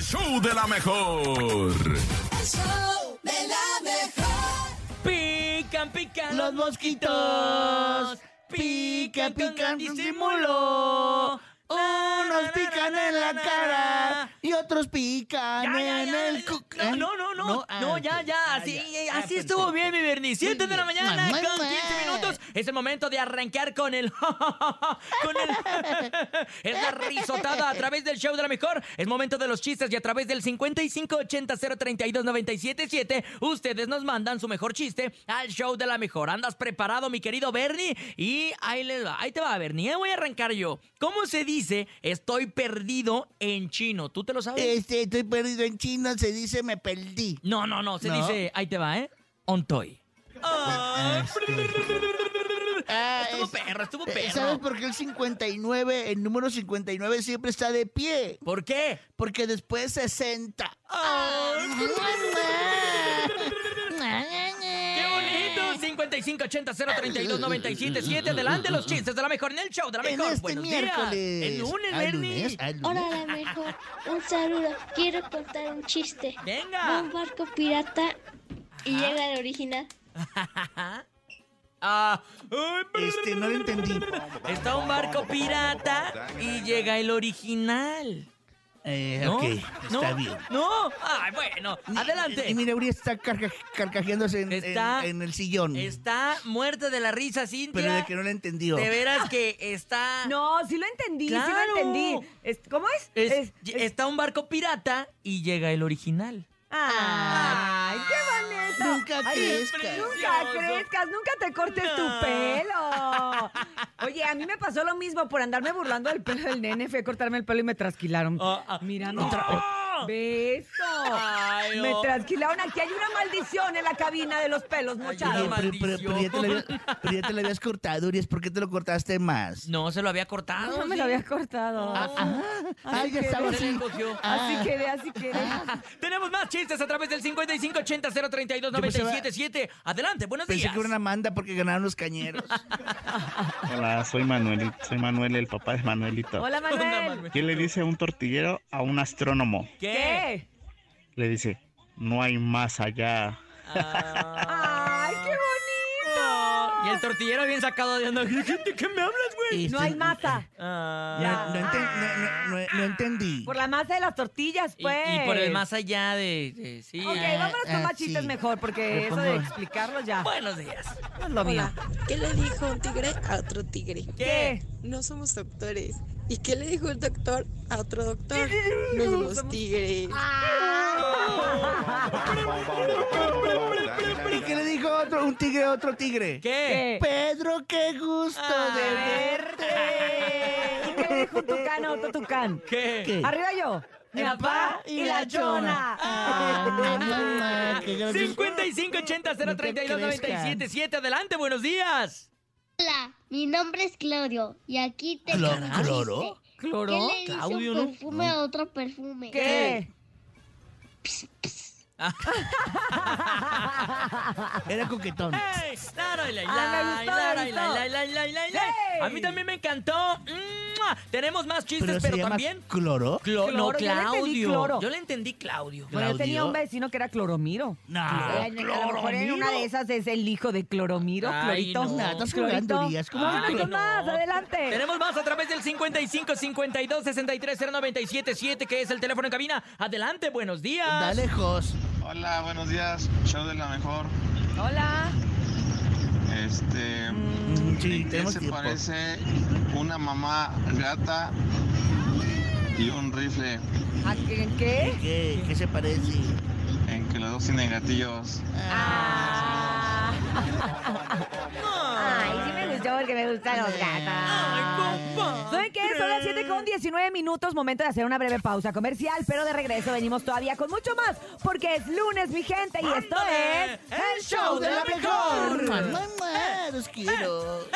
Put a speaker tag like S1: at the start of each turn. S1: show de la mejor.
S2: El show de la mejor.
S3: Pican, pican
S4: Los mosquitos pican,
S3: Pican, pican
S4: pican,
S3: disimulo.
S4: disimulo. Unos pican en la cara y otros pican
S3: Ya, ya,
S4: en
S3: ya.
S4: el cu-
S3: No,
S4: ¿Eh?
S3: no, no, no, no,
S4: Ah,
S3: ya,
S4: ok.
S3: ya,
S4: Ah,
S3: así, eh,
S4: ya. Ah,
S3: así
S4: perfecto.
S3: estuvo bien mi Bernie. 7
S4: Muy
S3: de la
S4: bien.
S3: mañana
S4: Mamá,
S3: con
S4: mamá.
S3: 15 minutos. Es el momento de arrancar con el... con el... es la risotada a través del show de la mejor. Es momento de los chistes y a través del 5580-032-977 ustedes nos mandan su mejor chiste al show de la mejor. ¿Andas preparado, mi querido Bernie? Y ahí, les va. ahí te va, Bernie. ¿eh? Voy a arrancar yo. ¿Cómo se dice estoy perdido en chino? ¿Tú te lo sabes?
S4: Este, estoy perdido en China, se dice me perdí.
S3: No, no, no, se
S4: ¿No?
S3: dice, ahí te va, ¿eh? Ontoy.
S4: Ah,
S3: estuvo
S4: Pues, es-
S3: perro, estuvo
S4: eh, ¿Sabes
S3: perro.
S4: por qué el 59, el número 59 siempre está de pie?
S3: ¿Por qué?
S4: Porque después Ah, 60.
S3: Ah, ¡Qué bonito! 5580-032-977. Adelante los chistes de la mejor en el show de la
S4: En
S3: mejor.
S4: este
S3: Buenos días.
S4: miércoles.
S3: El lunes,
S4: Al lunes,
S3: Bernie.
S4: al lunes.
S5: Hola, la mejor. Un saludo. Quiero contar un chiste. Va
S3: Venga.
S5: un barco pirata y
S3: Ajá.
S5: llega al original.
S3: Ah, ay,
S4: Este, no lo entendí.
S3: Está un barco pirata y llega el original.
S4: Eh,
S3: ¿No?
S4: ok,
S3: ¿No?
S4: está bien.
S3: No. Ay, bueno. Adelante.
S4: Y, y mira, Uri está carca- carcajeándose en, en-
S3: Está-
S4: en el sillón.
S3: Está muerta de la risa, Cintia.
S4: Pero de que no la entendió.
S3: De veras que está.
S6: No, sí lo entendí, sí
S3: Claro.
S6: lo entendí. Es- ¿Cómo es?
S3: Es-
S6: Es-
S3: ll- está un barco pirata y llega el original.
S6: Ay, qué bonito.
S4: Nunca
S6: Ay,
S4: crezcas.
S6: Nunca
S3: Precioso.
S6: crezcas, nunca te cortes
S3: No.
S6: tu pelo. Oye, a mí me pasó lo mismo por andarme burlando del pelo del nene. Fui a cortarme el pelo y me trasquilaron.
S3: Ah, ah,
S6: Mira,
S3: no.
S6: no. Beso.
S3: Ay, no.
S6: Me trasquilaron. Aquí hay una maldición en la cabina de los pelos,
S3: Ay,
S6: muchachos.
S3: no.
S4: Oye, pero, pero- pero ya te lo había- pero ya te lo habías cortado, Uri. ¿Por qué te lo cortaste más?
S3: No, se lo había cortado.
S6: No me lo
S3: sí.
S6: había cortado.
S3: Ah,
S4: Ay, ya
S6: qué
S4: estaba
S3: Se
S4: así.
S3: le encogió.
S4: Ah.
S6: Así quedé, así quedé.
S3: ah. Tenemos más chistes a través del 5580-032-977. Adelante, buenos
S4: Pensé
S3: días.
S4: que era una manda porque ganaron los cañeros.
S7: Hola, soy Manuel, soy Manuel, el papá de Manuelito.
S6: Hola,
S3: Onda,
S6: Manuel.
S3: Manuel.
S7: ¿Qué le dice un tortillero a un astrónomo?
S3: ¿Qué?
S6: ¿Qué?
S7: Le dice, no hay más allá.
S3: Ah.
S6: Ay, qué bonito.
S3: Y el tortillero bien sacado de onda. ¿De qué me hablas, güey?
S4: Este,
S6: No hay masa.
S3: Ah.
S4: No, no enten- no- no- no- no entendí.
S6: Por la masa de las tortillas,
S3: Y-
S6: pues.
S3: Y, por el más allá de... de- sí.
S6: Ok,
S3: ah.
S6: vámonos con
S4: ah,
S6: más chistes
S4: sí.
S6: mejor, porque eso de
S4: Propongo-
S6: explicarlo ya
S3: Buenos días.
S6: no es lo mío.
S8: Hola, ¿qué le dijo un tigre a otro tigre?
S3: ¿Qué?
S8: No somos doctores. ¿Y qué le dijo el doctor a otro doctor? No somos tigres.
S4: ¿Y qué le dijo otro, un tigre a otro tigre?
S3: ¿Qué?
S6: ¿Qué?
S4: Pedro, qué gusto
S3: Ah,
S4: de
S6: ¿Y qué le dijo un tucán a otro tucán?
S3: ¿Qué?
S4: ¿Qué?
S6: Arriba yo, mi
S3: El
S6: papá y la chona.
S4: Ah, mamá, qué gracioso.
S3: 5580-032-977. Adelante, buenos días.
S9: Hola, mi nombre es Claudio y aquí te
S4: Clo-
S9: va un
S4: ¿Cloro?
S9: chiste. ¿Qué
S3: ¿Cloro?
S9: le dice
S3: Claudio,
S9: un
S3: ¿no?
S9: perfume a otro perfume?
S6: ¿Qué?
S4: Era coquetón.
S3: ¡Ey! Lara, la,
S6: Ah, me
S3: la, la,
S6: gustó, me gustó.
S3: la, la, la, la, la.
S6: ¡Ey!
S3: A mí también me encantó. ¡Mua! Tenemos más chistes,
S4: se
S3: pero,
S4: llama
S3: también.
S4: ¿Cloro?
S3: Clo- no,
S6: Cloro, yo le entendí
S3: Claudio.
S6: cloro.
S3: Yo le entendí Claudio.
S6: Bueno, yo tenía
S4: Claudio.
S6: un vecino que era Cloromiro.
S4: No,
S6: Ay, A lo mejor en una de esas es el hijo de Cloromiro,
S3: Ay,
S6: Clorito.
S3: no.
S4: No, estás
S6: Clorito.
S4: jugando, Urias, ¿cómo
S3: Ay,
S6: Vámonos
S4: que
S6: con
S3: no.
S6: más, adelante.
S3: Tenemos más a través del 55 52 63 0977, que es el teléfono en cabina. Adelante, buenos días.
S4: Dale, Jos.
S10: Hola, buenos días. Show de la mejor.
S6: Hola.
S10: Este,
S4: Mm, Sí,
S10: ¿en qué
S4: tenemos
S10: se
S4: tiempo.
S10: parece una mamá gata y un rifle
S6: ¿A qué? qué?
S4: ¿Qué? ¿Qué se parece?
S10: en que los dos tienen gatillos?
S6: Ah. Ay, sí me gustó porque me gustan los gatos. ¿Saben qué? Son las 7 con 19 minutos, momento de hacer una breve pausa comercial, pero de regreso venimos todavía con mucho más, porque es lunes, mi gente, y esto
S3: ¡Ándale!
S6: es
S3: ¡El show de la mejor!
S4: Mamá, los quiero.